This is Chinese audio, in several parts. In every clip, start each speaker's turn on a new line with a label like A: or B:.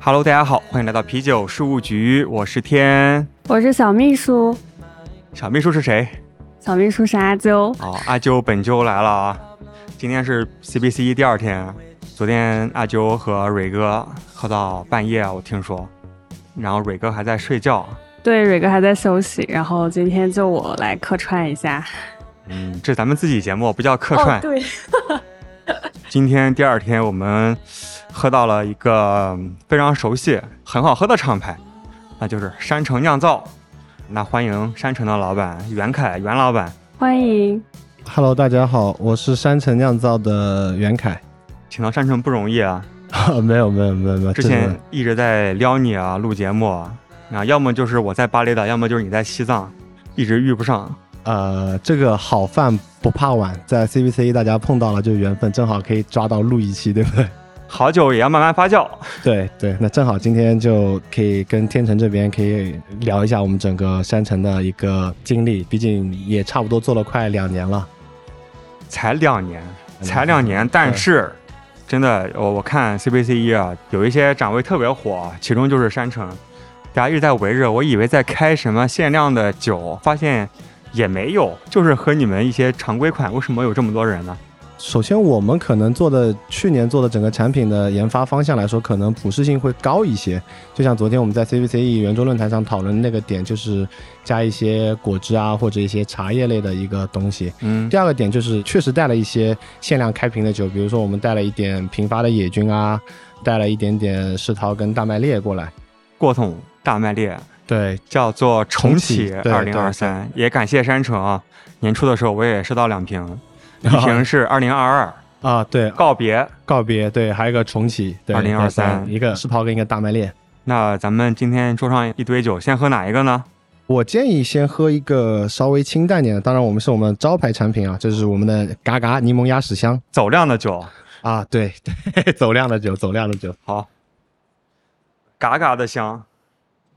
A: Hello，大家好，欢迎来到啤酒事务局，我是天。
B: 我是小秘书，
A: 小秘书是谁？
B: 小秘书是阿啾。
A: 哦，阿啾本啾来了啊！今天是 CBC 第二天，昨天阿啾和蕊哥喝到半夜，啊我听说，然后蕊哥还在睡觉。
B: 对，蕊哥还在休息，然后今天就我来客串一下。
A: 嗯，这咱们自己节目，不叫客串。
B: 哦对，
A: 今天第二天，我们喝到了一个嗯非常熟悉、很好喝的厂牌，那就是山城酿造。那欢迎山城的老板袁凯袁老板，
B: 欢迎。
C: Hello，大家好，我是山城酿造的袁凯。
A: 请到山城不容易啊，
C: 没有没有没有没有，
A: 之
C: 这个
A: 前一直在撩你啊，录节目啊，啊，要么就是我在巴厘岛，要么就是你在西藏，一直遇不上。
C: 呃，这个好饭不怕晚，在 CBC 大家碰到了就缘分，正好可以抓到录一期，对不对？
A: 好酒也要慢慢发酵。
C: 对对，那正好今天就可以跟天成这边可以聊一下我们整个山城的一个经历，毕竟也差不多做了快两年了。
A: 才两年，才两年，但是真的，我我看 CBC 一啊，有一些展位特别火，其中就是山城，大家一直在围着，我以为在开什么限量的酒，发现也没有，就是和你们一些常规款，为什么有这么多人呢？
C: 首先，我们可能做的去年做的整个产品的研发方向来说，可能普适性会高一些。就像昨天我们在 CVCE 圆桌论坛上讨论那个点，就是加一些果汁啊或者一些茶叶类的一个东西。
A: 嗯
C: 第二个点就是确实带了一些限量开瓶的酒，比如说我们带了一点平发的野菌啊，带了一点点世涛跟大麦粒过来。
A: 过桶大麦列
C: 对，
A: 叫做重启
C: 重启对
A: 二零二三，也感谢山城啊，年初的时候我也收到两瓶， 一瓶是二零二二
C: 啊，对，
A: 告别。
C: 告别，对，还有一个重启，对，
A: 2023
C: 一个世涛跟一个大麦粒。
A: 那咱们今天桌上一堆酒，先喝哪一个呢？
C: 我建议先喝一个稍微清淡点的，当然我们是我们招牌产品啊，这是我们的嘎嘎柠檬鸭屎香
A: 走量的酒，
C: 啊，对 对，走量的酒，走量的酒。
A: 好，嘎嘎的香，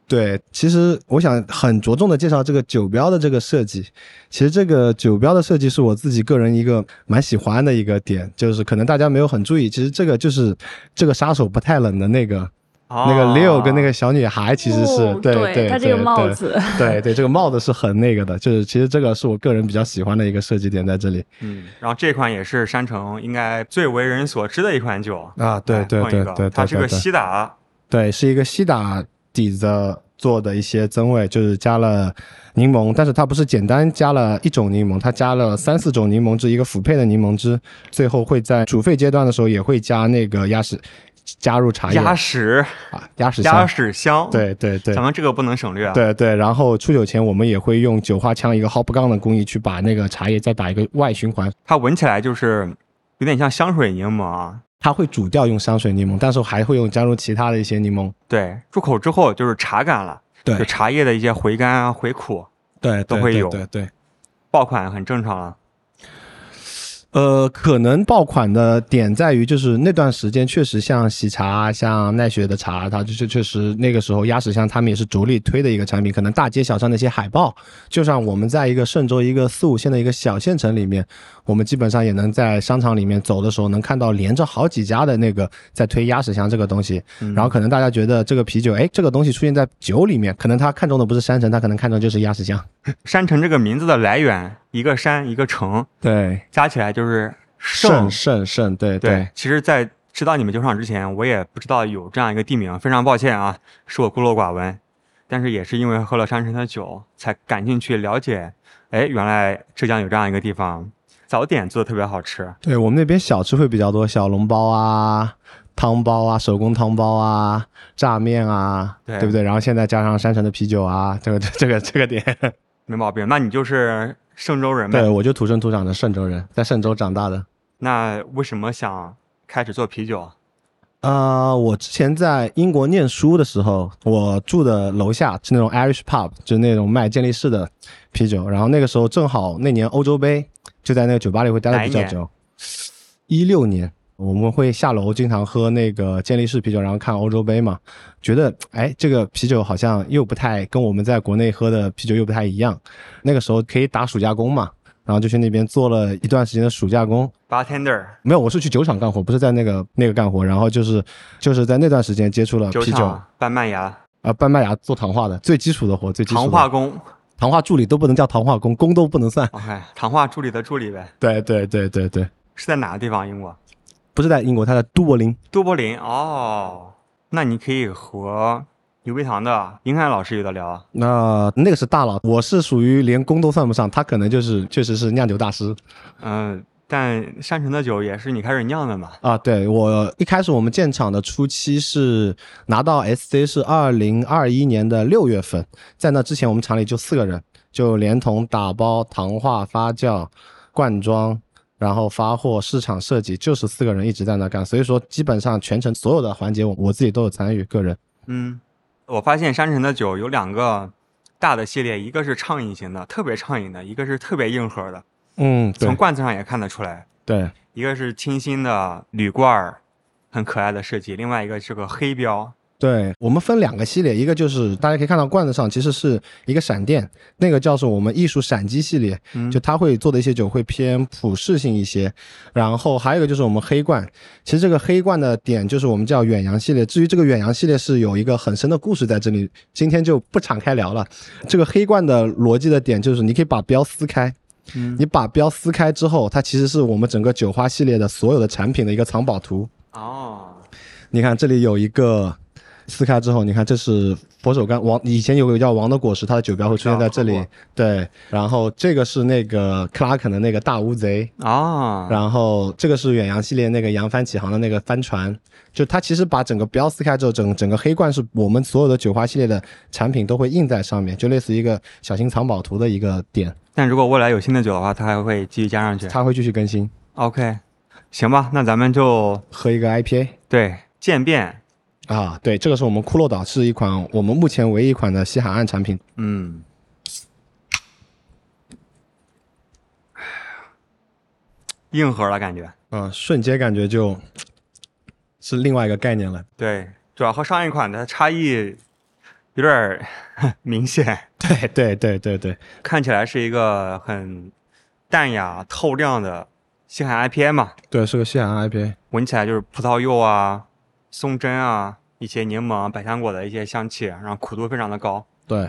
C: 对，其实我想很着重的介绍这个酒标的这个设计。其实这个酒标的设计是我自己个人一个蛮喜欢的一个点，就是可能大家没有很注意，其实这个就是这个杀手不太冷的那个、
A: 哦、
C: 那个 Leo 跟那个小女孩，其实是、
B: 哦
C: 对对，
B: 他这个
C: 对
B: 帽子，
C: 对对，这个帽子是很那个的，就是其实这个是我个人比较喜欢的一个设计点在这里。
A: 嗯，然后这款也是山城应该最为人所知的一款酒
C: 啊对
A: 来
C: 对
A: 碰一
C: 对
A: 个
C: 对对
A: 它是个
C: 对对
A: 西打，
C: 对，是一个西打底子做的一些增味，就是加了柠檬，但是它不是简单加了一种柠檬，它加了三四种柠檬汁，一个辅配的柠檬汁，最后会在煮沸阶段的时候也会加那个鸭屎，加入茶叶
A: 鸭屎
C: 啊，鸭屎
A: 鸭
C: 哎香，
A: 屎香，，
C: 对对对
A: 咱。们这个不能省略啊。，
C: 对对，然后出酒前我们也会用酒花枪一个 hop 杠的工艺去把那个茶叶再打一个外循环，
A: 它闻起来就是有点像香水柠檬啊。
C: 它会煮掉用香水柠檬，但是还会用加入其他的一些柠檬。
A: 对，入口之后就是茶感了，
C: 对
A: 就茶叶的一些回甘啊、回苦，
C: 对，
A: 都
C: 对
A: 会
C: 对
A: 有
C: 对对。
A: 爆款很正常啊了。
C: 呃，可能爆款的点在于，就是那段时间确实像喜茶、像奈雪的茶，它就是确实那个时候鸭屎香他们也是着力推的一个产品。可能大街小巷那些海报，就像我们在一个嵊州一个四五线的一个小县城里面，我们基本上也能在商场里面走的时候，能看到连着好几家的那个在推鸭屎香这个东西。
A: 嗯
C: 然后可能大家觉得这个啤酒，哎，这个东西出现在酒里面，可能他看中的不是山城，他可能看中就是鸭屎香。
A: 山城这个名字的来源，一个山一个城，
C: 对，
A: 加起来就是
C: 盛盛盛，对
A: 对，其实，在知道你们酒厂之前，我也不知道有这样一个地名，非常抱歉啊，是我孤陋寡闻。但是也是因为喝了山城的酒，才感兴趣了解。哎，原来浙江有这样一个地方，早点做的特别好吃。
C: 对我们那边小吃会比较多，小笼包啊、汤包啊、手工汤包啊、炸面啊，
A: 对
C: 不对？然后现在加上山城的啤酒啊，这个这个这个点，
A: 没毛病，那你就是嵊州人呗
C: 对？我就土生土长的嵊州人，在嵊州长大的。
A: 那为什么想开始做啤酒？
C: 呃，我之前在英国念书的时候，我住的楼下是那种 Irish pub，就是那种卖健力士的啤酒。然后那个时候正好那年欧洲杯，就在那个酒吧里会待的比较
A: 哪一
C: 久。一六年，我们会下楼经常喝那个健力士啤酒，然后看欧洲杯嘛，觉得哎，这个啤酒好像又不太跟我们在国内喝的啤酒又不太一样。那个时候可以打暑假工嘛，然后就去那边做了一段时间的暑假工。
A: bartender
C: 没有，我是去酒厂干活，不是在那个那个干活。然后就是就是在那段时间接触了
A: 酒
C: 啤酒啊、
A: 厂搬麦芽
C: 呃搬麦芽做糖化的最基础的活，最基础的
A: 糖化工
C: 糖化助理都不能叫糖化工，工都不能算。
A: ，OK，糖化助理的助理呗，
C: 对对对对对，
A: 是在哪个地方？啊英国？
C: 不是在英国，他在都柏林。
A: 都柏林哦，那你可以和牛背堂的英汉老师有的聊啊。
C: 那、那个是大佬，我是属于连工都算不上，他可能就是确实是酿酒大师
A: 嗯、但山城的酒也是你开始酿的嘛？
C: 啊。对我一开始我们建厂的初期是拿到 SC 是二零二一年的六月份，在那之前我们厂里就四个人，就连同打包、糖化、发酵、灌装。然后发货、市场设计就是四个人一直在那干，所以说基本上全程所有的环节我我自己都有参与，个人。
A: 嗯，我发现山城的酒有两个大的系列，一个是畅饮型的，特别畅饮的；一个是特别硬核的，
C: 嗯，
A: 从
C: 对
A: 罐子上也看得出来。
C: 对，
A: 一个是清新的铝罐儿，很可爱的设计；另外一个是个黑标，
C: 对我们分两个系列，一个就是大家可以看到罐子上其实是一个闪电，那个叫是我们艺术闪击系列，
A: 嗯
C: 就它会做的一些酒会偏普适性一些。然后还有一个就是我们黑罐，其实这个黑罐的点就是我们叫远洋系列。至于这个远洋系列是有一个很深的故事在这里，今天就不敞开聊了。这个黑罐的逻辑的点就是你可以把标撕开，
A: 嗯
C: 你把标撕开之后，它其实是我们整个酒花系列的所有的产品的一个藏宝图。
A: 哦，
C: 你看这里有一个撕开之后，你看这是佛手柑王，以前有个叫王的果实，它的酒标会出现在这
A: 我知
C: 里
A: 道。
C: 对，然后这个是那个克拉肯的那个大乌贼，
A: 哦，
C: 然后这个是远洋系列那个扬帆起航的那个帆船，就它其实把整个标撕开之后，整整个黑罐是我们所有的酒花系列的产品都会印在上面，就类似一个小型藏宝图的一个点，
A: 但如果未来有新的酒的话，它还会继续加上去。
C: 它会继续更新。
A: OK，行吧，那咱们就
C: 喝一个 IPA
A: 对渐变，
C: 啊，对，这个是我们骷髅岛是一款我们目前唯一一款的西海岸产品，
A: 嗯，硬核了感觉。
C: 啊，瞬间感觉就是另外一个概念了。
A: 对，主要和上一款的差异有点儿 明显，
C: 对 对对对对
A: 看起来是一个很淡雅透亮的西海岸 IPA 嘛，
C: 对，是个西海岸 IPA。
A: 闻起来就是葡萄柚啊、松针啊、一些柠檬、百香果的一些香气，然后苦度非常的高。
C: 对，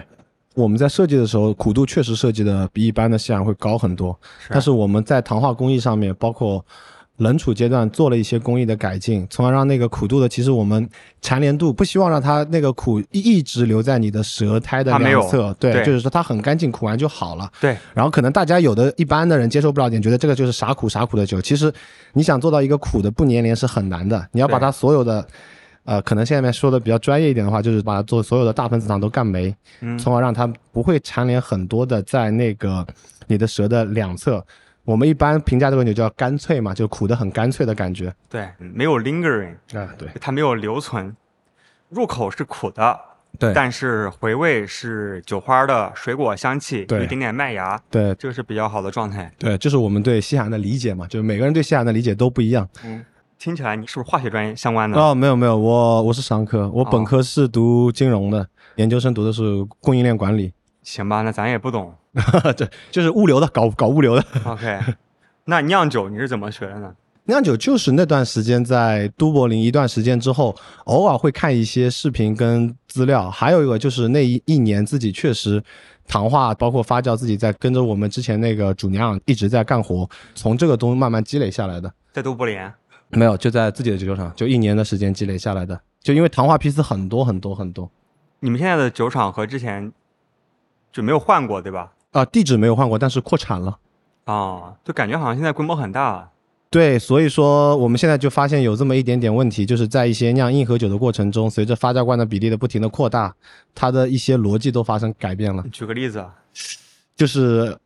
C: 我们在设计的时候，苦度确实设计的比一般的西海岸会高很多，但是啊我们在糖化工艺上面，包括冷储阶段做了一些工艺的改进，从而让那个苦度的，其实我们缠连度不希望让它那个苦一一直留在你的舌苔的
A: 它没有
C: 两侧，对，
A: 对
C: 就是说它很干净，苦完就好了。
A: 对，
C: 然后可能大家有的一般的人接受不了点，觉得这个就是傻苦傻苦的酒。其实你想做到一个苦的不粘连是很难的，你要把它所有的，呃，可能现在说的比较专业一点的话，就是把它做所有的大分子糖都干没，
A: 嗯
C: 从而让它不会缠连很多的在那个你的舌的两侧。我们一般评价这个酒叫干脆嘛，就苦的很干脆的感觉。
A: 对，没有 lingering，
C: 啊，对
A: 它没有留存，入口是苦的，
C: 对
A: 但是回味是酒花的水果香气，有
C: 对
A: 一点点麦芽，
C: 对
A: 这个是比较好的状态。
C: 对，这是我们对西海岸的理解嘛，就是每个人对西海岸的理解都不一样。
A: 嗯，听起来你是不是化学专业相关的？
C: 哦，没有没有，我我是商科，我本科是读金融的，研究生读的是供应链管理，
A: 行吧，那咱也不懂。
C: 对，就是物流的，搞搞物流的。
A: OK，那酿酒你是怎么学的呢？
C: 酿酒就是那段时间在都柏林一段时间之后，偶尔会看一些视频跟资料，还有一个就是那一一年自己确实糖化包括发酵自己在跟着我们之前那个主酿一直在干活，从这个东西慢慢积累下来的。
A: 在都柏林。
C: 没有，就在自己的酒厂，就一年的时间积累下来的。就因为糖化批次很多很多很多，
A: 你们现在的酒厂和之前就没有换过，对吧？
C: 啊、地址没有换过，但是扩产了。
A: 啊、就感觉好像现在规模很大。
C: 对，所以说我们现在就发现有这么一点点问题，就是在一些酿硬核酒的过程中，随着发酵罐的比例的不停的扩大，它的一些逻辑都发生改变了，
A: 举个例
C: 嗯
A: 子，
C: 就是。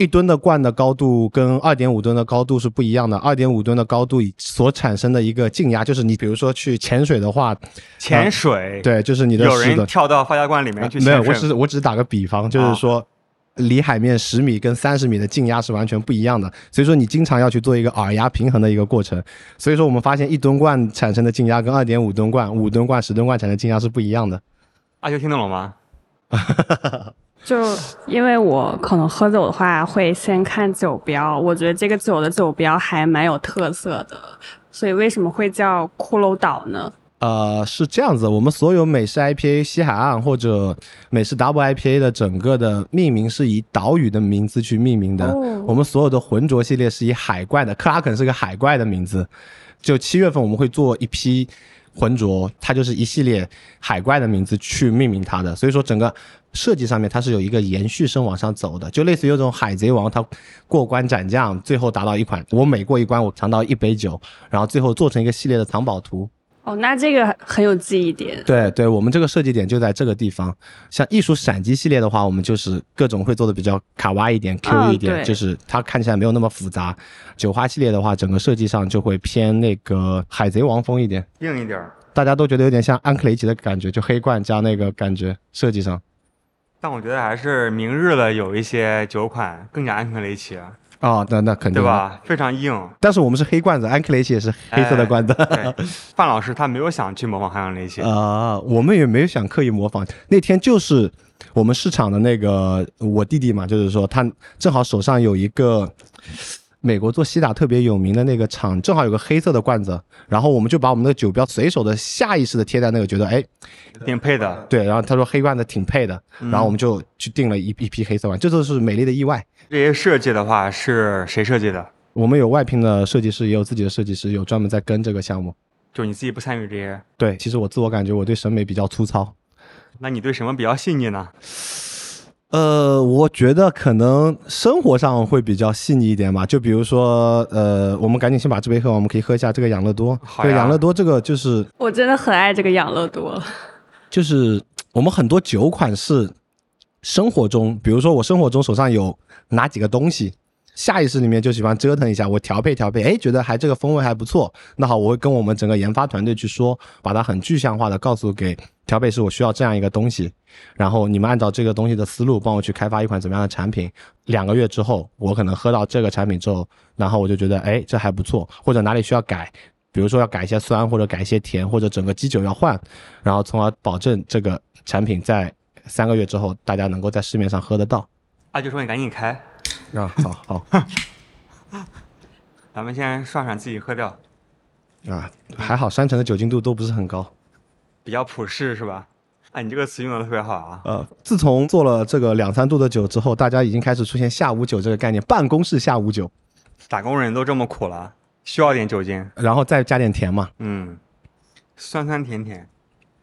C: 一吨的罐的高度跟二点五吨的高度是不一样的。二点五吨的高度所产生的一个静压，就是你比如说去潜水的话，
A: 潜水，
C: 对，就是你的
A: 有
C: 是的
A: 人跳到发酵罐里面去
C: 呃
A: 哦
C: 没有，
A: 潜
C: 我
A: 水。
C: 只是我只是打个比方，就是说。离海面十米跟三十米的静压是完全不一样的，所以说你经常要去做一个耳压平衡的一个过程。所以说我们发现一吨罐产生的静压跟二点五吨罐、五吨罐、十吨罐产生的静压是不一样的。
A: 阿修听得懂吗？
B: 就因为我可能喝酒的话会先看酒标，我觉得这个酒的酒标还蛮有特色的，所以为什么会叫骷髅岛呢？
C: 呃，是这样子，我们所有美式 IPA 西海岸或者美式 Double IPA 的整个的命名是以岛屿的名字去命名的。
B: 哦
C: 我们所有的浑浊系列是以海怪的，克拉肯是个海怪的名字。就七月份我们会做一批浑浊，它就是一系列海怪的名字去命名它的。所以说整个设计上面它是有一个延续性往上走的，就类似于有种海贼王，它过关斩将，最后达到一款，我每过一关我尝到一杯酒，然后最后做成一个系列的藏宝图。
B: 哦，那这个很有记忆点。
C: 对对，我们这个设计点就在这个地方。像艺术闪击系列的话，我们就是各种会做的比较卡哇一点、Q
B: 嗯
C: 一点，
B: 对
C: 就是它看起来没有那么复杂。酒花系列的话，整个设计上就会偏那个海贼王风一点，
A: 硬一点儿。
C: 大家都觉得有点像安克雷奇的感觉，就黑罐加那个感觉设计上。
A: 但我觉得还是明日的有一些酒款更加安全雷奇，
C: 哦，那那肯定
A: 对
C: 的？
A: 吧？非常硬。
C: 但是我们是黑罐子，安克雷奇也是黑色的罐子。
A: 对，范老师他没有想去模仿汉阳雷奇，
C: 啊、我们也没有想刻意模仿。那天就是我们市场的那个我弟弟嘛，就是说他正好手上有一个美国做西打特别有名的那个厂，正好有个黑色的罐子，然后我们就把我们的酒标随手的下意识的贴在那个，觉得哎
A: 顶配的。
C: 对，然后他说黑罐子挺配的，然后我们就去订了一一批黑色罐，这就是美丽的意外。
A: 这些设计的话是谁设计的？
C: 我们有外聘的设计师，也有自己的设计师，有专门在跟这个项目。
A: 就你自己不参与这些，
C: 对，其实我自我感觉我对审美比较粗糙，
A: 那你对什么比较细腻呢？
C: 呃，我觉得可能生活上会比较细腻一点吧。就比如说，呃，我们赶紧先把这杯喝完，我们可以喝一下这个养乐多。
A: 好呀
C: 对，养乐多这个就是
B: 我真的很爱这个养乐多，
C: 就是我们很多酒款是生活中，比如说我生活中手上有哪几个东西，下意识里面就喜欢折腾一下，我调配调配，哎，觉得还这个风味还不错，那好，我会跟我们整个研发团队去说，把它很具象化的告诉给调配师，我需要这样一个东西，然后你们按照这个东西的思路帮我去开发一款怎么样的产品。两个月之后，我可能喝到这个产品之后，然后我就觉得，哎，这还不错，或者哪里需要改，比如说要改一些酸，或者改一些甜，或者整个基酒要换，然后从而保证这个产品在三个月之后大家能够在市面上喝得到。
A: 啊，就说你赶紧开，
C: 啊，好好
A: 咱们先涮涮自己喝掉，
C: 啊，还好山城的酒精度都不是很高。
A: 比较普适是吧？啊，你这个词用的特别好啊。
C: 呃，自从做了这个两三度的酒之后，大家已经开始出现下午酒这个概念，办公室下午酒，
A: 打工人都这么苦了，需要点酒精。
C: 然后再加点甜嘛。
A: 嗯，酸酸甜甜，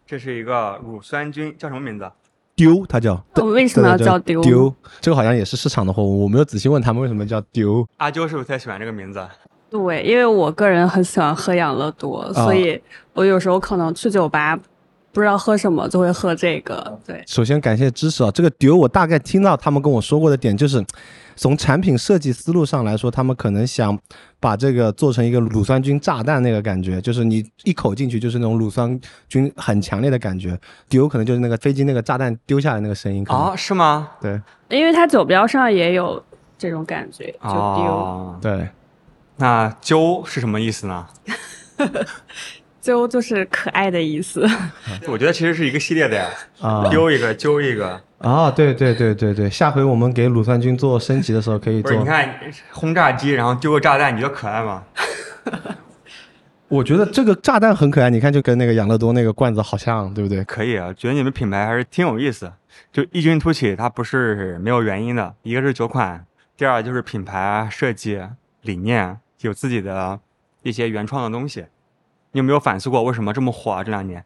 A: 这是一个乳酸菌，叫什么名字？
C: 丢，它叫。
B: 我为什么要叫丢？
C: 对对对丢，这个好像也是市场的货物，我没有仔细问他们为什么叫丢。
A: 阿啾是不是特喜欢这个名字？
B: 对，因为我个人很喜欢喝养乐多，所
C: 啊
B: 以我有时候可能去酒吧，不知道喝什么就会喝这个。对，
C: 首先感谢支持啊！这个丢我大概听到他们跟我说过的点就是，从产品设计思路上来说，他们可能想把这个做成一个乳酸菌炸弹那个感觉，就是你一口进去就是那种乳酸菌很强烈的感觉。丢可能就是那个飞机那个炸弹丢下来那个声音。可能，
A: 哦，是吗？
C: 对
B: 因为它酒标上也有这种感觉，就丢。
A: 哦，
C: 对，
A: 那啾是什么意思呢？
B: 就就是可爱的意思。
A: 我觉得其实是一个系列的呀，
C: 啊
A: 丢一个啾一个。
C: 啊，对对对对对，下回我们给乳酸菌做升级的时候可以
A: 不是，
C: 做
A: 你。看轰炸机，然后丢个炸弹，你觉得可爱吗？
C: 我觉得这个炸弹很可爱，你看就跟那个养乐多那个罐子好像，对不对？
A: 可以啊，觉得你们品牌还是挺有意思。就异军突起，它不是没有原因的，一个是酒款，第二就是品牌设计理念有自己的一些原创的东西。你有没有反思过为什么这么火啊？这两年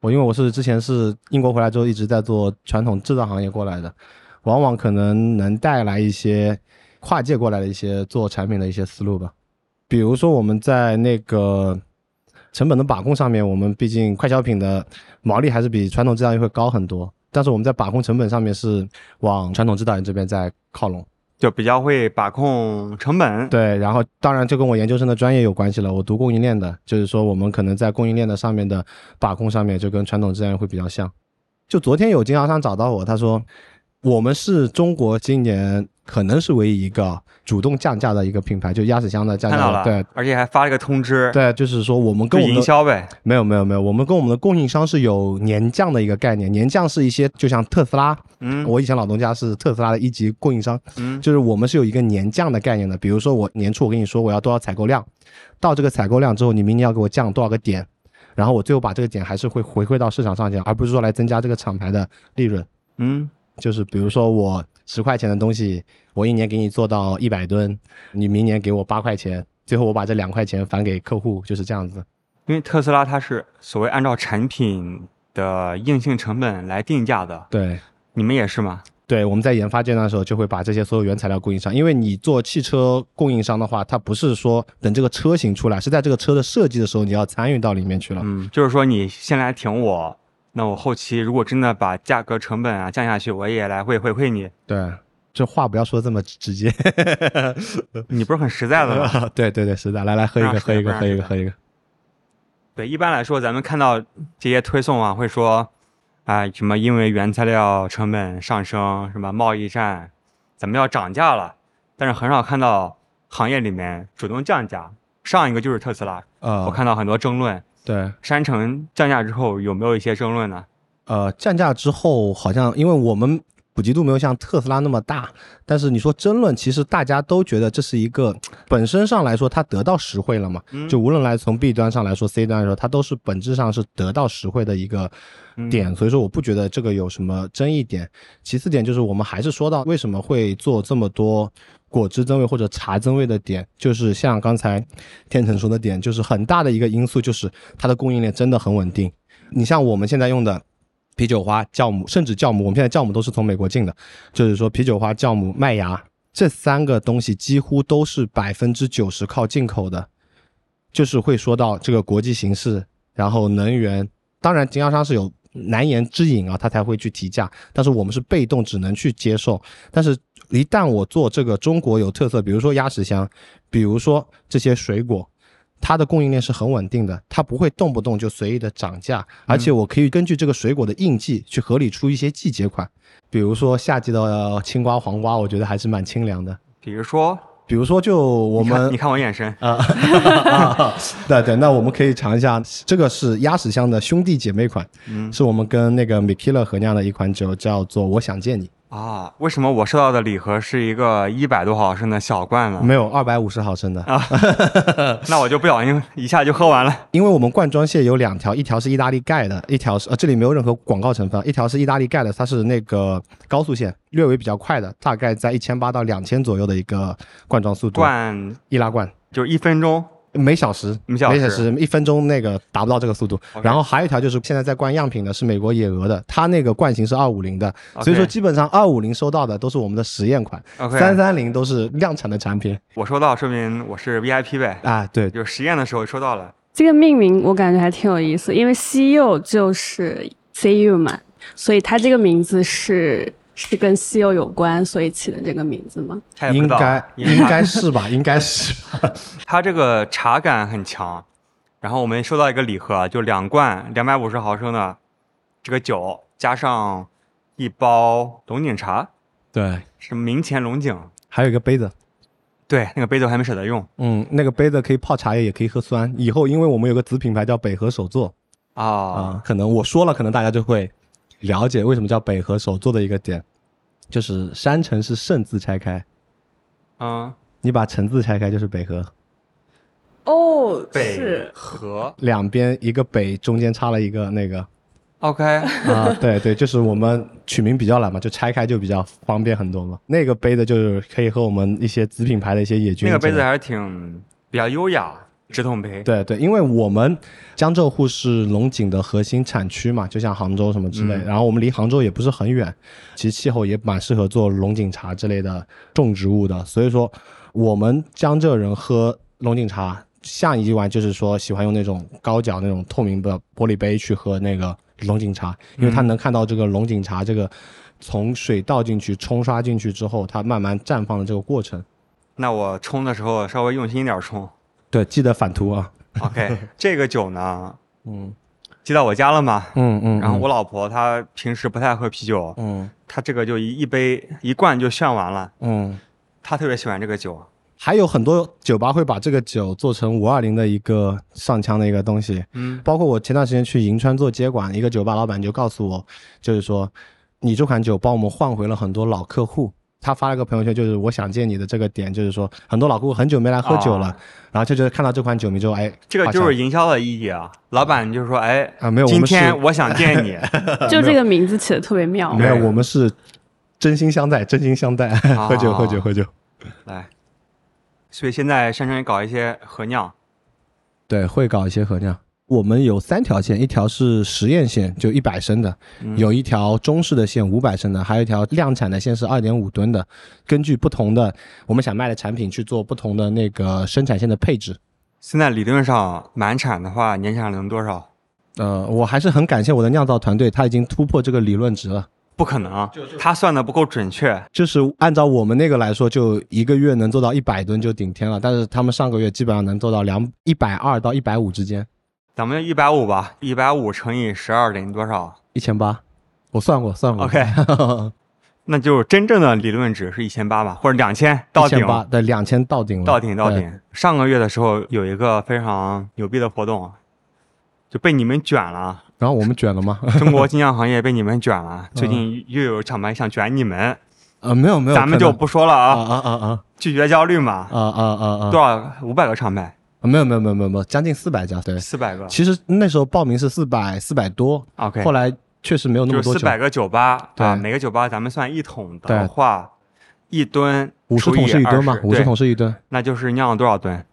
C: 我因为我是之前是英国回来之后一直在做传统制造行业过来的，往往可能能带来一些跨界过来的一些做产品的一些思路吧。比如说我们在那个成本的把控上面，我们毕竟快消品的毛利还是比传统制造业会高很多，但是我们在把控成本上面是往传统制造业这边在靠拢。
A: 就比较会把控成本，
C: 对，然后当然这跟我研究生的专业有关系了，我读供应链的，就是说我们可能在供应链的上面的把控上面就跟传统制造业会比较像。就昨天有经销商找到我，他说我们是中国今年可能是唯一一个主动降价的一个品牌，就鸭屎香的降
A: 看到
C: 价
A: 了，
C: 对。
A: 而且还发了个通知，
C: 对，就是说我们
A: 就
C: 跟我们
A: 营
C: 的
A: 销呗，
C: 没有没有没有，我们跟我们的供应商是有年降的一个概念，年降是一些就像特斯拉，
A: 嗯
C: 我以前老东家是特斯拉的一级供应商，
A: 嗯
C: 就是我们是有一个年降的概念的。比如说我年初我跟你说我要多少采购量，到这个采购量之后，你明年要给我降多少个点，然后我最后把这个点还是会回馈到市场上去，而不是说来增加这个厂牌的利润。
A: 嗯，
C: 就是比如说我十块钱的东西，我一年给你做到一百吨，你明年给我八块钱，最后我把这两块钱返给客户，就是这样子。
A: 因为特斯拉它是所谓按照产品的硬性成本来定价的，
C: 对。
A: 你们也是吗？
C: 对，我们在研发阶段的时候，就会把这些所有原材料供应商，因为你做汽车供应商的话，它不是说等这个车型出来，是在这个车的设计的时候，你要参与到里面去了。
A: 嗯，就是说你先来挺我，那我后期如果真的把价格成本啊降下去，我也来会回馈你。
C: 对，这话不要说这么直接。
A: 你不是很实在的吗？
C: 对对对，啊是的，来来喝一个，喝一个，喝一个，喝一个。
A: 对，一般来说，咱们看到这些推送啊，会说啊、什么因为原材料成本上升，什么贸易战，咱们要涨价了，但是很少看到行业里面主动降价。上一个就是特斯拉，
C: 呃，
A: 我看到很多争论，
C: 对，
A: 山城降价之后有没有一些争论呢？
C: 呃，降价之后好像因为我们普及度没有像特斯拉那么大，但是你说争论，其实大家都觉得这是一个本身上来说它得到实惠了嘛，
A: 嗯
C: 就无论来从 B 端上来说，C 端来说，它都是本质上是得到实惠的一个点，所以说我不觉得这个有什么争议点。其次点就是我们还是说到为什么会做这么多果汁增味或者茶增味的点，就是像刚才天成说的点，就是很大的一个因素就是它的供应链真的很稳定。你像我们现在用的啤酒花、酵母，甚至酵母，我们现在酵母都是从美国进的，就是说啤酒花、酵母、麦芽这三个东西几乎都是百分之九十靠进口的，就是会说到这个国际形势，然后能源，当然经销商是有难言之隐啊，他才会去提价，但是我们是被动，只能去接受。但是，一旦我做这个中国有特色，比如说鸭屎香，比如说这些水果。它的供应链是很稳定的，它不会动不动就随意的涨
A: 嗯
C: 价，而且我可以根据这个水果的应季去合理出一些季节款，比如说夏季的呃青瓜、黄瓜，我觉得还是蛮清凉的。
A: 比如说，
C: 比如说，就我
A: 你看
C: 们
A: 你看我眼神，
C: 啊，对对，那我们可以尝一下，这个是鸭屎香的兄弟姐妹款，
A: 嗯
C: 是我们跟那个 Mikila 合酿的一款酒，叫做《我想见你》，
A: 啊，为什么我收到的礼盒是一个一百多毫升的小罐呢？
C: 没有二百五十毫升的，
A: 那我就不小心一下就喝完了。
C: 因为我们罐装蟹有两条，一条是意大利盖的，一条是呃这里没有任何广告成分，一条是意大利盖的，它是那个高速线，略微比较快的，大概在一千八到两千左右的一个灌装速度，
A: 罐
C: 易拉罐。
A: 就是一分钟，
C: 每小时，
A: 每小时
C: 一分钟那个达不到这个速度。
A: OK
C: 然后还有一条就是现在在灌样品的是美国野鹅的，它那个罐型是二五零的
A: OK
C: 所以说基本上二五零收到的都是我们的实验款，
A: OK
C: 三三零都是量产的产品
A: 我收到，说明我是 VIP 呗。
C: 啊。对，
A: 就是实验的时候收到了，
B: 这个命名我感觉还挺有意思，因为西柚就是 C U 嘛，所以它这个名字是是跟西柚有关，所以起的这个名字吗？
A: 他 也不
C: 应
A: 知道
C: 该应该是吧，应该是吧。
A: 它这个茶感很强。然后我们收到一个礼盒，就两罐两百五十毫升的这个酒，加上一包龙井茶，
C: 对，
A: 是明前龙井。
C: 还有一个杯子。
A: 对，那个杯子我还没舍得用
C: 嗯，那个杯子可以泡茶叶，也可以喝酸。以后因为我们有个子品牌叫北河手作
A: 啊、
C: 啊、可能我说了，可能大家就会了解为什么叫北河手作的一个点，就是山城是盛字拆开，
A: 嗯，
C: 你把城字拆开就是北河，
B: 哦，
A: 北河
C: 两边一个北，中间插了一个那个
A: OK，
C: 啊， 对对，就是我们取名比较懒嘛，就拆开就比较方便很多嘛。那个杯子就是可以和我们一些子品牌的一些野菌
A: 那个杯
C: 之
A: 子
C: 类的。
A: 还是挺比较优雅，直筒杯。
C: 对对，因为我们江浙沪是龙井的核心产区嘛，就像杭州什么之类，
A: 嗯
C: 然后我们离杭州也不是很远，其实气候也蛮适合做龙井茶之类的种植物的，所以说我们江浙人喝龙井茶，下一碗就是说喜欢用那种高脚那种透明的玻璃杯去喝那个龙井茶，因为它能看到这个龙井茶这个从水倒进去冲刷进去之后，它慢慢绽放的这个过程。
A: 那我冲的时候稍微用心一点冲。
C: 对，记得反图啊。
A: OK，这个酒呢，
C: 嗯，
A: 寄到我家了嘛。
C: 嗯嗯，
A: 然后我老婆她平时不太喝啤酒，
C: 嗯
A: 她这个就一一杯一罐就炫完了。
C: 嗯，
A: 她特别喜欢这个酒，
C: 还有很多酒吧会把这个酒做成五二零的一个上腔的一个东西，
A: 嗯，
C: 包括我前段时间去银川做接管，一个酒吧老板就告诉我，就是说你这款酒帮我们换回了很多老客户。他发了个朋友圈，就是我想见你的这个点，就是说很多老客户很久没来喝酒了，
A: 啊
C: 然后就觉得看到这款酒名之后，哎，
A: 这个
C: 好
A: 就
C: 像
A: 是营销的意义啊。老板就说：“哎，
C: 啊没有我
A: 今
C: 们是
A: 天啊我想见你。
B: 就这个名字起的特别妙。
C: 没有，
A: 对
C: 我们是真心相待，真心相待，
A: 啊
C: 喝酒喝酒喝酒，”
A: 来，所以现在山城也搞一些合酿，
C: 对，会搞一些合酿。我们有三条线，一条是实验线，就一百升的；有一条中式的线，五百升的；还有一条量产的线是二点五吨的。根据不同的我们想卖的产品去做不同的那个生产线的配置。
A: 现在理论上满产的话，年产能多少？
C: 呃，我还是很感谢我的酿造团队，他已经突破这个理论值了。
A: 不可能啊，他算的不够准确。
C: 就是按照我们那个来说，就一个月能做到一百吨就顶天了，但是他们上个月基本上能做到两一百二到一百五之间，
A: 咱们一百五吧，一百五乘以十二等于多少
C: 一千八，我算过算过
A: ？OK，那就是真正的理论值是一千八吧，或者两千到
C: 一
A: 顶
C: 千。八对两千到顶了，
A: 到顶到
C: 对。
A: 顶。上个月的时候有一个非常牛逼的活动，就被你们卷了，
C: 然后我们卷 了吗？
A: 中国精酿行业被你们卷 了。最近又有厂牌想卷你们，
C: 啊，没有没有，
A: 咱们
C: 可
A: 就
C: 能
A: 不说了
C: 啊
A: 啊，
C: 啊啊啊
A: 拒绝焦虑嘛。
C: 啊啊啊
A: 多少五百个厂牌，
C: 啊，没有没有没有没有没有，将近四百家，对。
A: 四百个
C: 其实那时候报名是四百四百多，
A: ，OK，
C: 后来确实没有那
A: 就
C: 么
A: 是
C: 多
A: 四
C: 酒，
A: 百个酒吧
C: 对
A: 啊，每个酒吧咱们算一桶的
C: 对
A: 话，一吨
C: 五十桶是一吨嘛
A: 嘛，，
C: 五十
A: 对
C: 桶，是一吨，
A: 那就是酿了多少吨？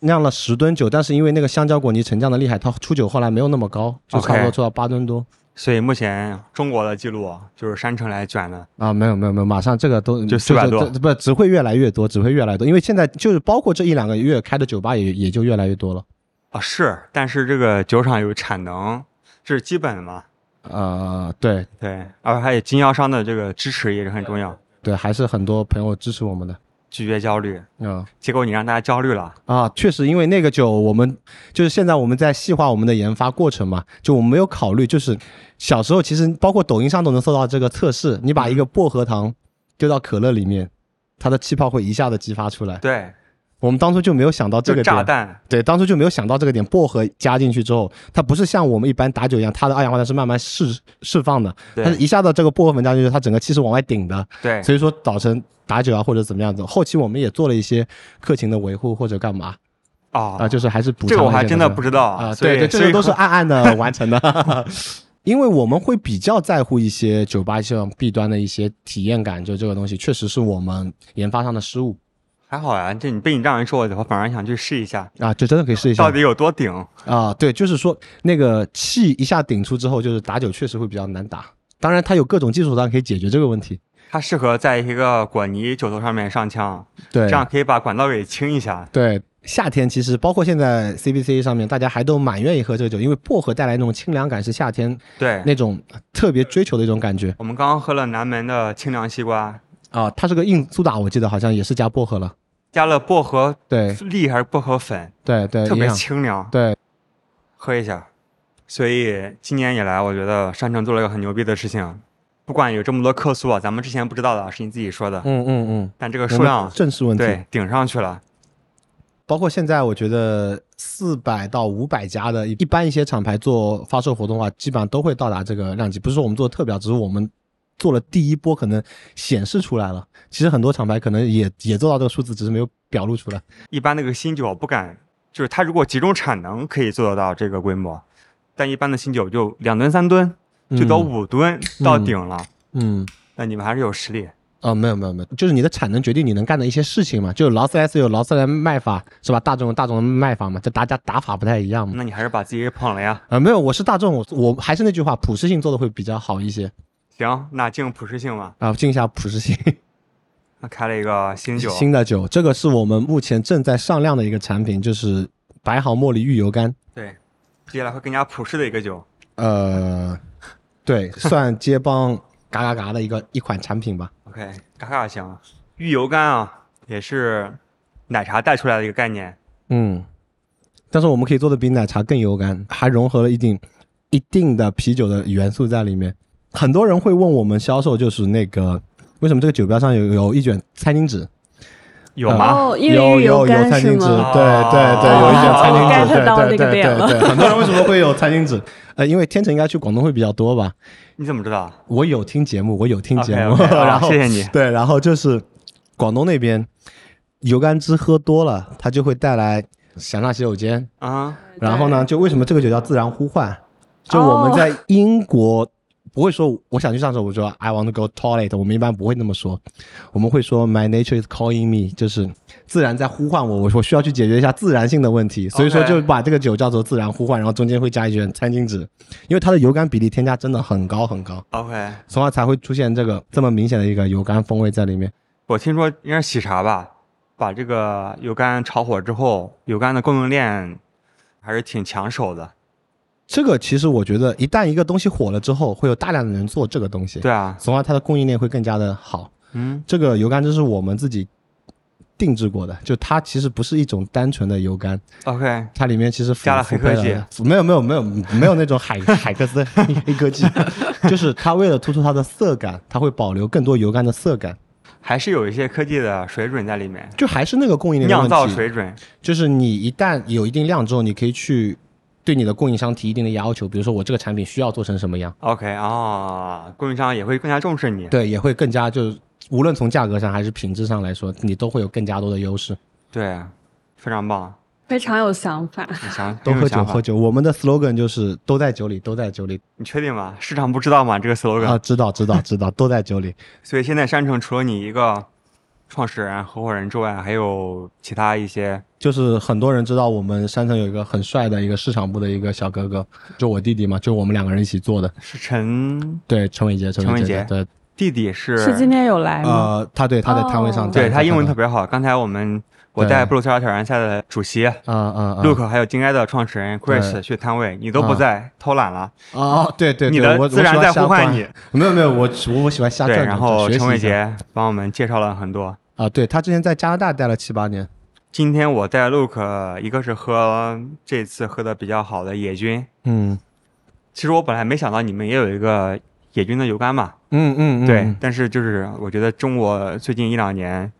C: 酿了十吨酒，但是因为那个香蕉果泥沉降的厉害，它出酒后来没有那么高，就差不
A: OK
C: 多做到八吨多。
A: 所以目前中国的记录啊就是山城来卷的，
C: 啊，没有没有没有，马上这个都
A: 就
C: 这
A: 400多
C: 这不只会越来越多，只会越来越多，因为现在就是包括这一两个月开的酒吧也也就越来越多了。
A: 啊，是，但是这个酒厂有产能，这是基本的嘛。
C: 呃，对
A: 对，而且还有经销商的这个支持也是很重要，
C: 对，还是很多朋友支持我们的。
A: 拒绝焦虑。
C: 嗯
A: 结果你让大家焦虑了，
C: 啊，确实，因为那个酒，我们就是现在我们在细化我们的研发过程嘛，就我们没有考虑，就是小时候其实包括抖音上都能搜到这个测试，你把一个薄荷糖丢到可乐里面，它的气泡会一下子激发出来。
A: 对，
C: 我们当初就没有想到这
A: 就
C: 个
A: 炸
C: 点，
A: 弹，
C: 对，当初就没有想到这个点。薄荷加进去之后，它不是像我们一般打酒一样，它的二氧化碳是慢慢释释放的，
A: 对
C: 但是一下子这个薄荷粉加进去，它整个气是往外顶的，
A: 对，
C: 所以说导成打酒啊或者怎么样子。后期我们也做了一些客情的维护或者干嘛
A: 哦
C: 啊、，就是还是补
A: 这
C: 偿
A: 个
C: 了一些东西。
A: 我还真的不知道
C: 啊、
A: 啊，所以
C: 对对，这
A: 所以
C: 个都是
A: 很
C: 暗暗的完成 的。因为我们会比较在乎一些酒吧像弊端的一些体验感，就这个东西确实是我们研发上的失误
A: 还好呀。这你被你这样一说，我反而想去试一下，
C: 啊，这真的可以试一下
A: 到。底有多顶。
C: 啊，对，就是说那个气一下顶出之后，就是打酒确实会比较难打。当然，它有各种技术上可以解决这个问题。
A: 它适合在一个果泥酒头上面上枪，
C: 对，
A: 这样可以把管道给清一下。
C: 对。夏天其实包括现在 CBC 上面，大家还都蛮愿意喝这个酒，因为薄荷带来那种清凉感是夏天
A: 对，
C: 那种特别追求的一种感觉
A: 我们刚刚喝了南门的清凉西瓜，
C: 啊。它这个硬苏打我记得好像也是加薄荷了，
A: 加了薄荷
C: 对
A: 粒还是薄荷粉，
C: 对对，
A: 特
C: 一
A: 别
C: 样
A: 清凉。
C: 对
A: 喝一下。所以今年以来，我觉得山城做了一个很牛逼的事情，不管有这么多客诉啊，咱们之前不知道的，是你自己说的，
C: 嗯嗯嗯，
A: 但这个
C: 我
A: 数
C: 们
A: 量
C: 正视问题。
A: 对顶上去了。
C: 包括现在，我觉得四百到五百家的，一般一些厂牌做发售活动的话，基本上都会到达这个量级。不是说我们做的特别好，只是我们做了第一波，可能显示出来了。其实很多厂牌可能也也做到这个数字，只是没有表露出来。
A: 一般那个新酒不敢，就是它如果集中产能可以做得到这个规模，但一般的新酒就两吨三吨，最多五吨到顶了。
C: 嗯，
A: 那你们还是有实力，
C: 哦，没有没有没有，就是你的产能决定你能干的一些事情嘛。就劳斯莱斯有劳斯莱斯卖法是吧？大众有大众的卖法嘛，就大家打法不太一样嘛。
A: 那你还是把自己给捧了呀。
C: 啊、没有，我是大众，我我还是那句话，普适性做的会比较好一些
A: 行，那敬普适性吧。
C: 啊，敬一下普适性。
A: 那开了一个新酒，
C: 新的酒，这个是我们目前正在上量的一个产品，就是白毫茉莉玉油柑。
A: 对，接下来会更加普适的一个酒。
C: 呃，对，算接帮嘎嘎嘎的一个一款产品吧。
A: OK，嘎嘎香，玉油柑啊，也是奶茶带出来的一个概念。
C: 嗯，但是我们可以做的比奶茶更油柑，还融合了一定一定的啤酒的元素在里面。很多人会问我们销售，就是那个为什么这个酒标上有有一卷餐巾纸？
A: 有
C: 嗯
A: 吗？
B: 哦，因为
C: 有有有
B: 干
C: 餐
B: 是
C: 巾纸，
B: 吗？
C: 对对对，有一卷餐巾纸，
B: 哦 get 到
C: 对
B: 那
C: 对
B: 个
C: 对
B: 点了
C: 对对。很多人为什么会有餐巾纸？呃，因为天成应该去广东会比较多吧？
A: 你怎么知道？
C: 我有听节目，我有听节 目
A: OK，OK，好
C: 然后
A: 谢谢你
C: 对，然后就是广东那边油甘汁喝多了，它就会带来想上洗手间。
A: 啊，
C: 然后呢，就为什么这个酒叫自然呼唤？就
B: 哦
C: 我们在英国不会说我想去上厕所，我说 I want to go toilet，我们一般不会那么说，我们会说 My nature is calling me，就是自然在呼唤我，我我需要去解决一下自然性的问题，所以说
A: OK
C: 就把这个酒叫做自然呼唤，然后中间会加一卷餐巾纸，因为它的油甘比例添加真的很高很高，
A: OK，
C: 从而才会出现这个这么明显的一个油甘风味在里面。
A: 我听说应该是喜茶吧，把这个油甘炒火之后，油甘的供应链还是挺抢手的。
C: 这个其实我觉得，一旦一个东西火了之后，会有大量的人做这个东西，
A: 对啊，
C: 从而它的供应链会更加的好。
A: 嗯，
C: 这个油甘汁是我们自己定制过的，就它其实不是一种单纯的油甘，
A: OK，
C: 它里面其实
A: 加了黑科技，
C: 辅辅配没有没有没有没有那 种海海克斯黑黑科技，就是它为了突出它的色感，它会保留更多油甘的色感，
A: 还是有一些科技的水准在里面，
C: 就还是那个供应链的
A: 酿造
C: 问题，
A: 水准。
C: 就是你一旦有一定量之后，你可以去对你的供应商提一定的要求，比如说我这个产品需要做成什么样，
A: OK 啊、供应商也会更加重视你。
C: 对，也会更加就是无论从价格上还是品质上来说，你都会有更加多的优势。
A: 对，非常棒。
B: 非常有想法。
A: 你想
C: 多喝酒，喝
A: 喝，
C: 酒。我们的 slogan 就是都在酒里，都在酒里
A: 你确定吗？市场不知道吗？这个 slogan、
C: 啊！知道，知道，知道，都在酒里。
A: 所以现在山城除了你一个创始人、合伙人之外，还有其他一些
C: 就是很多人知道我们山城有一个很帅的一个市场部的一个小哥哥，就我弟弟嘛，就我们两个人一起做的。
A: 是陈
C: 对，陈伟杰，陈
A: 陈伟
C: 杰
A: 杰，
C: 对，
A: 弟弟是，
B: 是今天有来吗？
C: 呃，他对他在摊位上
B: 哦
C: 站着看到，
A: 对他英文特别好。刚才我们我
C: 对
A: 带布鲁塞尔挑战赛的主席
C: 啊啊啊
A: Luke 还有金该的创始人 Chris
C: 对
A: 去摊位，你都不在，偷懒了。
C: 啊，对对，对
A: 你
C: 我
A: 的
C: 我
A: 自然
C: 喜欢
A: 在
C: 瞎
A: 呼唤
C: 转
A: 你，
C: 没有没有，我我我喜欢瞎
A: 对，
C: 转转。
A: 然后
C: 学习
A: 陈
C: 一
A: 伟
C: 下
A: 杰帮我们介绍了很多。
C: 啊，对他之前在加拿大待了七八年，
A: 今天我带 Luke，一个是喝这次喝的比较好的野菌，
C: 嗯
A: 其实我本来没想到你们也有一个野菌的油柑嘛，
C: 嗯嗯，嗯
A: 对，但是就是我觉得中国最近一两年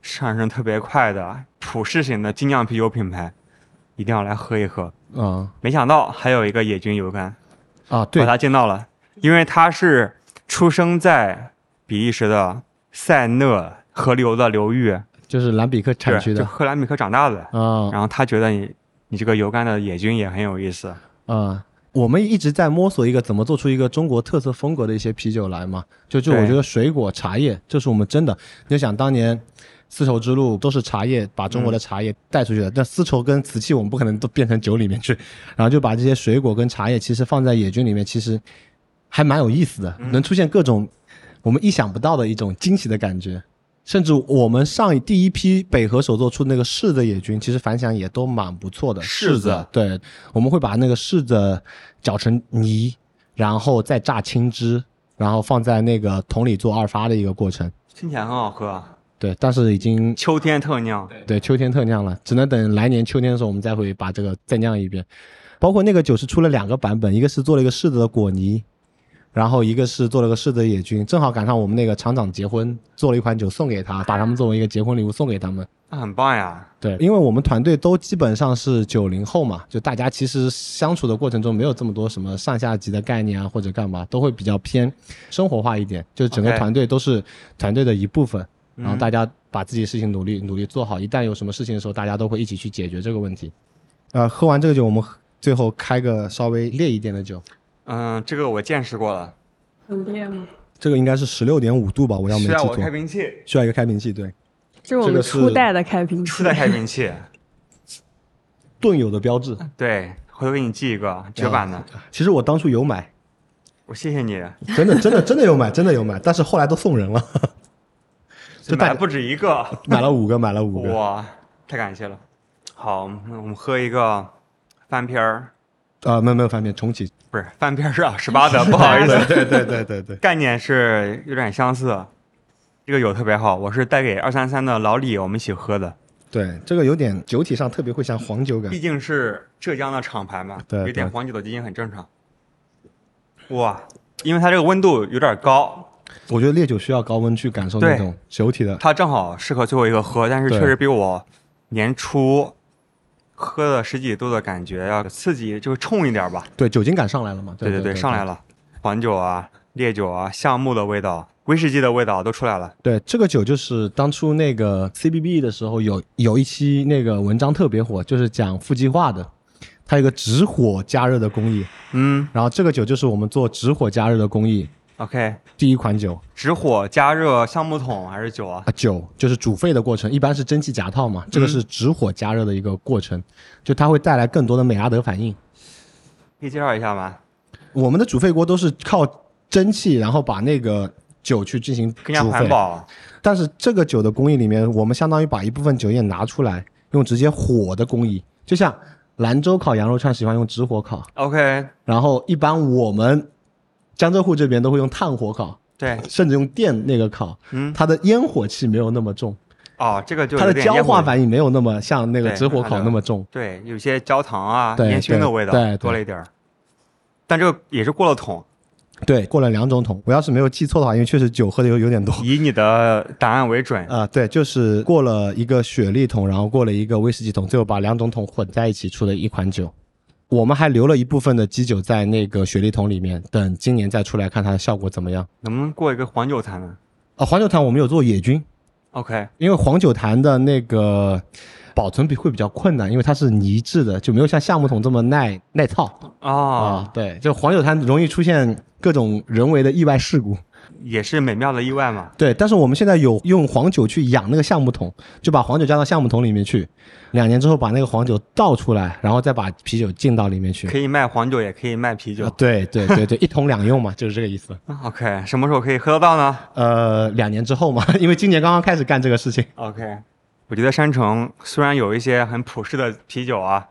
A: 上升特别快的普适型的精酿啤酒品牌，一定要来喝一喝。
C: 啊
A: 没想到还有一个野菌油柑，
C: 啊，对
A: 把，它见到了，因为它是出生在比利时的塞讷河流的流域，
C: 就是兰比克产
A: 对，
C: 区
A: 就
C: 的
A: 赫兰米克长大的，
C: 啊
A: 然后他觉得你你这个油柑的野菌也很有意思，
C: 啊、我们一直在摸索一个怎么做出一个中国特色风格的一些啤酒来嘛。就就
A: 对
C: 我觉得水果、茶叶，这是我们真的。你就想当年丝绸之路都是茶叶，把中国的茶叶带出去的。但丝绸跟瓷器我们不可能都变成酒里面去，然后就把这些水果跟茶叶其实放在野菌里面，其实还蛮有意思的，能出现各种我们意想不到的一种惊喜的感觉。甚至我们上一第一批北河手做出那个柿子野菌，其实反响也都蛮不错的。
A: 柿子
C: 对，我们会把那个柿子搅成泥，然后再榨青汁，然后放在那个桶里做二发的一个过程。
A: 听起来很好喝，
C: 对，但是已经
A: 秋天特酿，
C: 对，秋天特酿了，只能等来年秋天的时候，我们再会把这个再酿一遍。包括那个酒是出了两个版本，一个是做了一个柿子的果泥，然后一个是做了个柿子的野菌，正好赶上我们那个厂长结婚，做了一款酒送给他，把他们作为一个结婚礼物送给他们。
A: 那很棒呀。
C: 对，因为我们团队都基本上是九零后嘛，就大家其实相处的过程中没有这么多什么上下级的概念啊，或者干嘛，都会比较偏生活化一点。就整个
A: OK
C: 团队都是团队的一部分，然后
A: 嗯
C: 大家把自己事情努力努力做好，一旦有什么事情的时候，大家都会一起去解决这个问题。呃，喝完这个酒，我们喝最后开个稍微烈一点的酒，
A: 嗯，这个我见识过了，
B: 很烈吗？
C: 这个应该是十六点五度吧，我要没
A: 需
C: 记
A: 要我
C: 错，
A: 开瓶器，
C: 需要一个开瓶器，对，
B: 这是我
C: 这个
B: 们
C: 是
B: 初代的开瓶器
A: 初代开瓶器，
C: 盾友的标志，
A: 对，回头给你寄一个绝版的，
C: 其实我当初有买，
A: 我谢谢你，
C: 真的真的真的有买，真的有买，但是后来都 送人了。
A: 这买
C: 大家
A: 了不止一个，
C: 买了五个，买了五个。
A: 哇，太感谢了。好，那我们喝一个翻篇儿，
C: 啊，没有没有翻篇，重启。
A: 不是翻篇儿啊，十八的，不好意思，
C: 对对对对对。
A: 概念是有点相似。这个酒特别好，我是带给二三三的老李我们一起喝的，
C: 对，这个有点酒体上特别会像黄酒感
A: 毕。竟是浙江的厂牌嘛，
C: 对
A: 有点
C: 对
A: 黄酒的基因很正常。哇，因为它这个温度有点高，
C: 我觉得烈酒需要高温去感受那
A: 对
C: 种酒体的，
A: 它正好适合最后一个喝，但是
C: 对
A: 确实比我年初喝了十几度的感觉要刺激，就是冲一点吧。
C: 对酒精感上来了嘛？
A: 对
C: 对
A: 对，上来。了，黄酒啊、烈酒啊、橡木的味道、威士忌的味道都出来了。
C: 对，这个酒就是当初那个 CBB 的时候有有一期那个文章特别火，就是讲富基化的，它有个直火加热的工艺，
A: 嗯
C: 然后这个酒就是我们做直火加热的工艺
A: ，OK，
C: 第一款酒。
A: 直火加热橡木桶还是酒啊？
C: 啊，酒就是煮沸的过程，一般是蒸汽夹套嘛，
A: 嗯
C: 这个是直火加热的一个过程，就它会带来更多的美拉德反应。
A: 可以介绍一下吗？
C: 我们的煮沸锅都是靠蒸汽，然后把那个酒去进行
A: 更加
C: 煮
A: 环
C: 沸。
A: 保。啊
C: 但是这个酒的工艺里面，我们相当于把一部分酒液拿出来，用直接火的工艺，就像兰州烤羊肉串喜欢用直火烤，
A: OK，
C: 然后一般我们江浙沪这边都会用炭火烤，
A: 对，
C: 甚至用电那个烤，
A: 嗯，
C: 它的烟火气没有那么重。
A: 哦，这个就
C: 它
A: 有
C: 的
A: 点
C: 焦
A: 烟火
C: 化反应没有那么像那个
A: 对
C: 直火烤那么重。
A: 对，有些焦糖啊、
C: 对
A: 烟熏的味道
C: 对对
A: 多了一点儿，但这个也是过了桶。
C: 对，过了两种桶，我要是没有记错的话，因为确实酒喝的有有点多。
A: 以你的答案为准。
C: 啊、对，就是过了一个雪莉桶，然后过了一个威士忌桶，最后把两种桶混在一起出的一款酒。我们还留了一部分的基酒在那个雪莉桶里面，等今年再出来看它的效果怎么样。
A: 能不能过一个黄酒坛呢
C: 啊、黄酒坛我们有做野菌，
A: ？OK，
C: 因为黄酒坛的那个保存比会比较困难，因为它是泥质的，就没有像橡木桶这么耐耐操。
A: 哦
C: 啊，，对，就黄酒坛容易出现各种人为的意外事故。
A: 也是美妙的意外嘛。
C: 对，但是我们现在有用黄酒去养那个橡木桶，就把黄酒加到橡木桶里面去，两年之后把那个黄酒倒出来，然后再把啤酒浸到里面去。
A: 可以卖黄酒，也可以卖啤
C: 啊
A: 酒。啊
C: 对对对对，一桶两用嘛，就是这个意思。
A: OK，什么时候可以喝得到呢
C: 呃，两年之后嘛， 因为今年刚刚开始干这个事情。
A: ？OK，我觉得山城虽然有一些很普世的啤酒啊，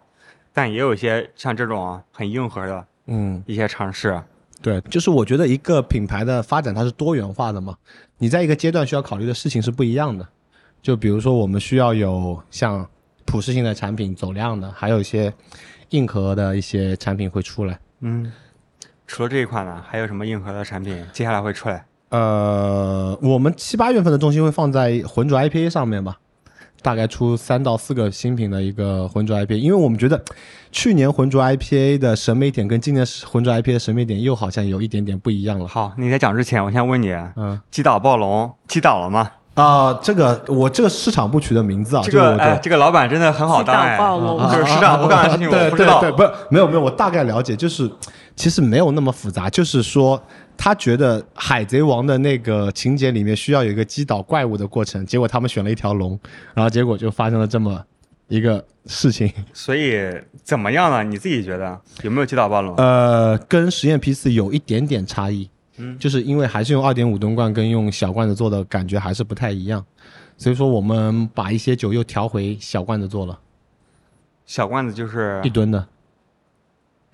A: 但也有一些像这种很硬核的
C: 嗯，
A: 一些尝试。
C: 对，就是我觉得一个品牌的发展它是多元化的嘛，你在一个阶段需要考虑的事情是不一样的。就比如说，我们需要有像普适性的产品走量的，还有一些硬核的一些产品会出来。
A: 嗯，除了这一款呢，还有什么硬核的产品接下来会出来？
C: 呃，我们七八月份的重心会放在浑浊 IPA 上面吧，大概出三到四个新品的一个浑浊 IPA，因为我们觉得去年浑浊 IPA 的审美点跟今年浑浊 IPA 的审美点又好像有一点点不一样了。
A: 好，你在讲之前，我先问你，啊
C: 嗯
A: 击倒暴龙击倒了吗？
C: 啊、这个我这个市场部取的名字啊，
A: 这
C: 个
A: 个
C: 我
A: 哎，
C: 的
A: 这个老板真的很好当哎
B: 击，倒暴龙
A: 就是市长不干的事情
C: 对
A: 我不知道
C: 对，对，不是没有没有，我大概了解，就是其实没有那么复杂，就是说他觉得《海贼王》的那个情节里面需要有一个击倒怪物的过程，结果他们选了一条龙，然后结果就发生了这么一个 事情。
A: 所以怎么样呢？你自己觉得有没有击倒暴龙？
C: 呃，跟实验批次有一点点差异，嗯，就是因为还是用二点五吨罐跟用小罐子做的感觉还是不太一样，所以说我们把一些酒又调回小罐子做了，
A: 小罐子就是
C: 一吨的。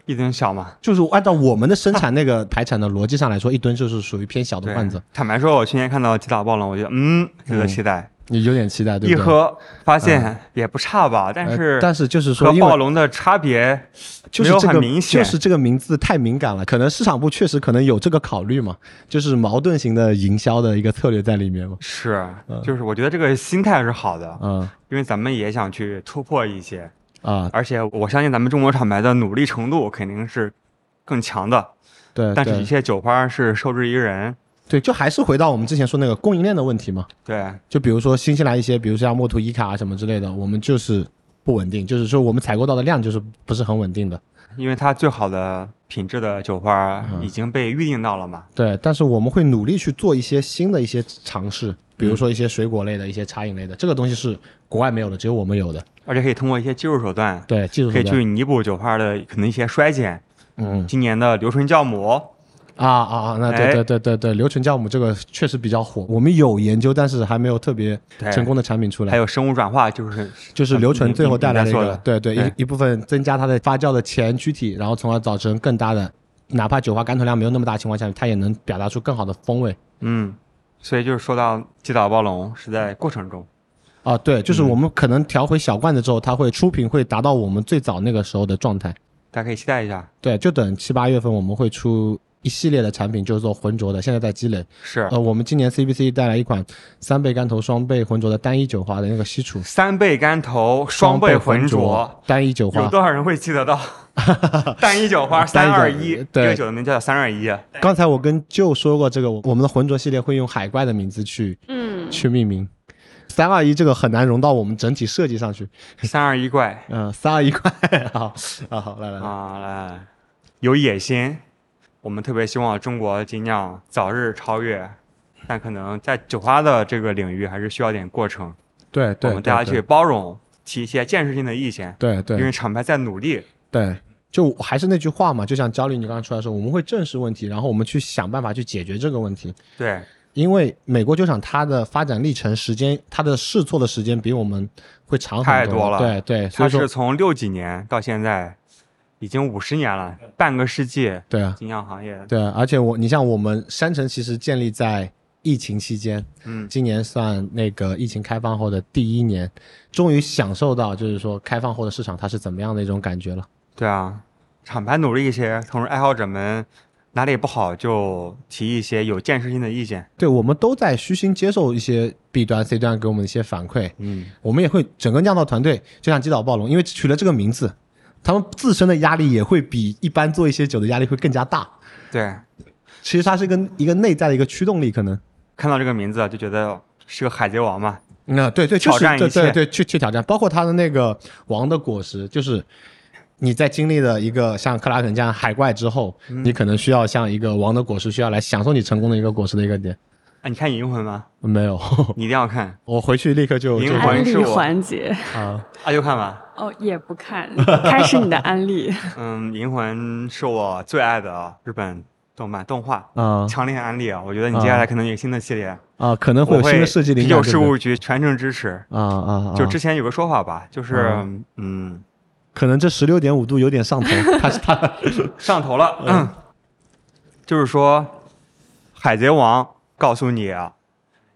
A: 一吨小嘛，
C: 就是按照我们的生产那个排产的逻辑上来说，一吨就是属于偏小的
A: 对
C: 罐子，。
A: 坦白说，我去年看到击倒暴龙，我觉得嗯，值得期待。
C: 你有点期待，对
A: 一
C: 不对？
A: 喝发现也不差吧，但
C: 呃
A: 是
C: 但是就是
A: 和
C: 说，因
A: 暴
C: 为
A: 龙的差别
C: 就
A: 没
C: 是
A: 有
C: 这
A: 很
C: 个
A: 明显
C: 就是这个名字太敏感了，可能市场部确实可能有这个考虑嘛，就是矛盾型的营销的一个策略在里面嘛。
A: 是，就是我觉得这个心态是好的，
C: 嗯
A: 因为咱们也想去突破一些，
C: 啊，
A: 而且我相信咱们中国厂牌的努力程度肯定是更强的，
C: 对
A: 但是一
C: 对
A: 些酒花是受制于人。
C: 对，就还是回到我们之前说那个供应链的问题嘛。
A: 对，
C: 就比如说新西兰一些，比如说像墨图伊卡啊什么之类的，我们就是不稳定，就是说我们采购到的量就是不是很稳定的。
A: 因为它最好的品质的酒花
C: 嗯
A: 已经被预定到了嘛。
C: 对，但是我们会努力去做一些新的一些尝
A: 嗯
C: 试，比如说一些水果类的、一些茶饮类的，这个东西是国外没有的，只有我们有的。
A: 而且可以通过一些技术手段，
C: 对，技
A: 嗯
C: 术
A: 可以
C: 手段
A: 去弥补酒花的可能一些衰减。
C: 嗯
A: 今年的硫醇酵母，
C: 啊啊啊，那对
A: 哎
C: 对对对对，硫醇酵母这个确实比较火，我们有研究，但是还没有特别
A: 对
C: 成功的产品出
A: 还
C: 来。
A: 有生物转化，就是
C: 就是硫醇最后带来的一
A: 你你
C: 个
A: 在，做
C: 对
A: 的
C: 对，
A: 对
C: 一一部分增加它的发酵的前躯体，然后从而造成更大的，哪怕酒花干头量没有那么大的情况下，它也能表达出更好的风味。
A: 嗯，所以就是说到击倒暴龙是在过程中，
C: 啊，对，
A: 嗯
C: 就是我们可能调回小罐子之后，它会出品会达到我们最早那个时候的状态。
A: 大家可以期待一下。
C: 对，就等七八月份我们会出一系列的产品就是做浑浊的，现在在积累。
A: 是
C: 呃，我们今年 CBC 带来一款三倍干头双倍浑浊的单一酒花的那个西楚，
A: 三倍干头，双倍浑浊。
C: 单一酒花
A: 有，多少人会记得 到？单一酒花
C: 单
A: 三
C: 一酒
A: 二一，这
C: 对
A: 个酒的名叫三二一。啊
C: 刚才我跟舅说过，这个我们的浑浊系列会用海怪的名字去
B: 嗯，
C: 去命名。三二一这个很难融到我们整体设计上去。
A: 三二一怪
C: 嗯、三二一快，好啊，好，来来来，
A: 啊，来，有野心。我们特别希望中国精酿早日超越，但可能在酒花的这个领域还是需要点过程。
C: 对
A: 我们大家去包容，提一些建设性的意见，
C: 对
A: 因为
C: 对
A: 厂牌在努力。
C: 对，就还是那句话嘛，就像焦虑你刚刚出来说，我们会正视问题，然后我们去想办法去解决这个问题。
A: 对，
C: 因为美国酒厂它的发展历程时间，它的试错的时间比我们会长很
A: 太多了
C: 对对，所
A: 它
C: 以说
A: 是从六几年到现在，已经五十年了，半个世纪。
C: 对啊
A: 精酿行业，
C: 对啊，而且我你像我们山城其实建立在疫情期间，
A: 嗯，
C: 今年算那个疫情开放后的第一年，终于享受到就是说开放后的市场它是怎么样的一种感觉了。
A: 对啊，厂牌努力一些，同时爱好者们哪里不好就提一些有建设性的意见。
C: 对，我们都在虚心接受一些 B 端、C 端给我们的一些反馈，
A: 嗯，
C: 我们也会整个酿造团队，就像击倒暴龙，因为取了这个名字，他们自身的压力也会比一般做一些酒的压力会更加大。
A: 对，
C: 其实它是一个一个内在的一个驱动力，可能。
A: 看到这个名字啊就觉得哦是个海贼王嘛。
C: 那对对，
A: 啊挑
C: 确实
A: 战一
C: 对
A: 切
C: 对对，去去挑战，包括它的那个王的果实，就是你在经历了一个像克拉肯这样海怪之后，
A: 嗯
C: 你可能需要像一个王的果实，需要来享受你成功的一个果实的一个点。
A: 哎，你看《银魂》吗？
C: 没有，
A: 你一定要看，
C: 我回去立刻就
A: 灵
C: 就
A: 魂
B: 安
A: 是
B: 利
A: 我
B: 环节
C: 啊，
A: 阿优看吧。
B: 哦，也不看，开始你的安利。
A: 嗯，《银魂》是我最爱的日本动漫动画，
C: 啊
A: 强烈安利啊！我觉得你接下来可能有新的系列，
C: 啊，可能会
A: 我
C: 有新
A: 会
C: 的设计灵
A: 啤
C: 感。
A: 酒
C: 对
A: 事
C: 不对
A: 务局全程支持。
C: 啊啊，啊
A: 就之前有个说法吧，就是
C: 嗯
A: 嗯，
C: 可能这十六点五度有 点上头，它是它
A: 上头了，嗯， 就是说，海贼王告诉你啊，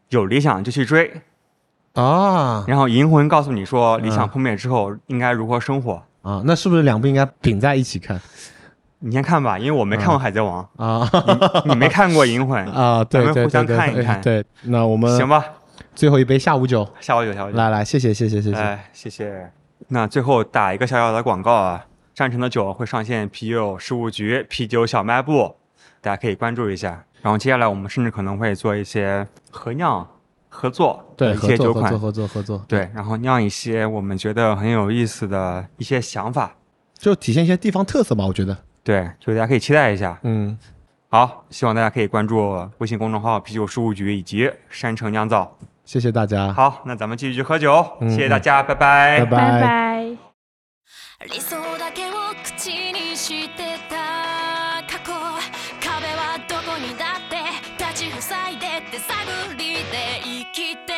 A: 有理想就去追，
C: 啊
A: 然后银魂告诉你说理想
C: 嗯
A: 破灭之后应该如何生活。
C: 啊，那是不是两部应该并在一起看
A: 你先看吧，因为我没看过海贼王，
C: 啊？
A: 你你没看过银魂，
C: 嗯啊，对
A: 咱们
C: 对
A: 互
C: 对
A: 相
C: 对
A: 看一
C: 对
A: 看
C: 对，那我们
A: 行吧？
C: 最后一杯下午酒，
A: 下我酒，下我酒，
C: 来来，谢谢谢谢谢谢，
A: 哎，谢谢。那最后打一个小小的广告啊，山城的酒会上线啤酒事务局、啤酒小卖部，大家可以关注一下。然后接下来我们甚至可能会做一些合酿合作
C: 对，
A: 的一
C: 合
A: 些酒
C: 作合
A: 款
C: 作，合作合作，
A: 对，然后酿一些我们觉得很有意思的一些想法，
C: 就体现一些地方特色吧，我觉得，
A: 对，就大家可以期待一下。
C: 嗯，
A: 好，希望大家可以关注微信公众号“啤酒事务局”以及山城酿造。
C: 谢谢大家，
A: 好，那咱们继续去喝酒，
C: 嗯
A: 谢谢大家，拜拜。
C: 拜
B: 拜拜。
D: 理想だけを口にしてた過去壁はどこにだって立ち塞いでって探りで生きて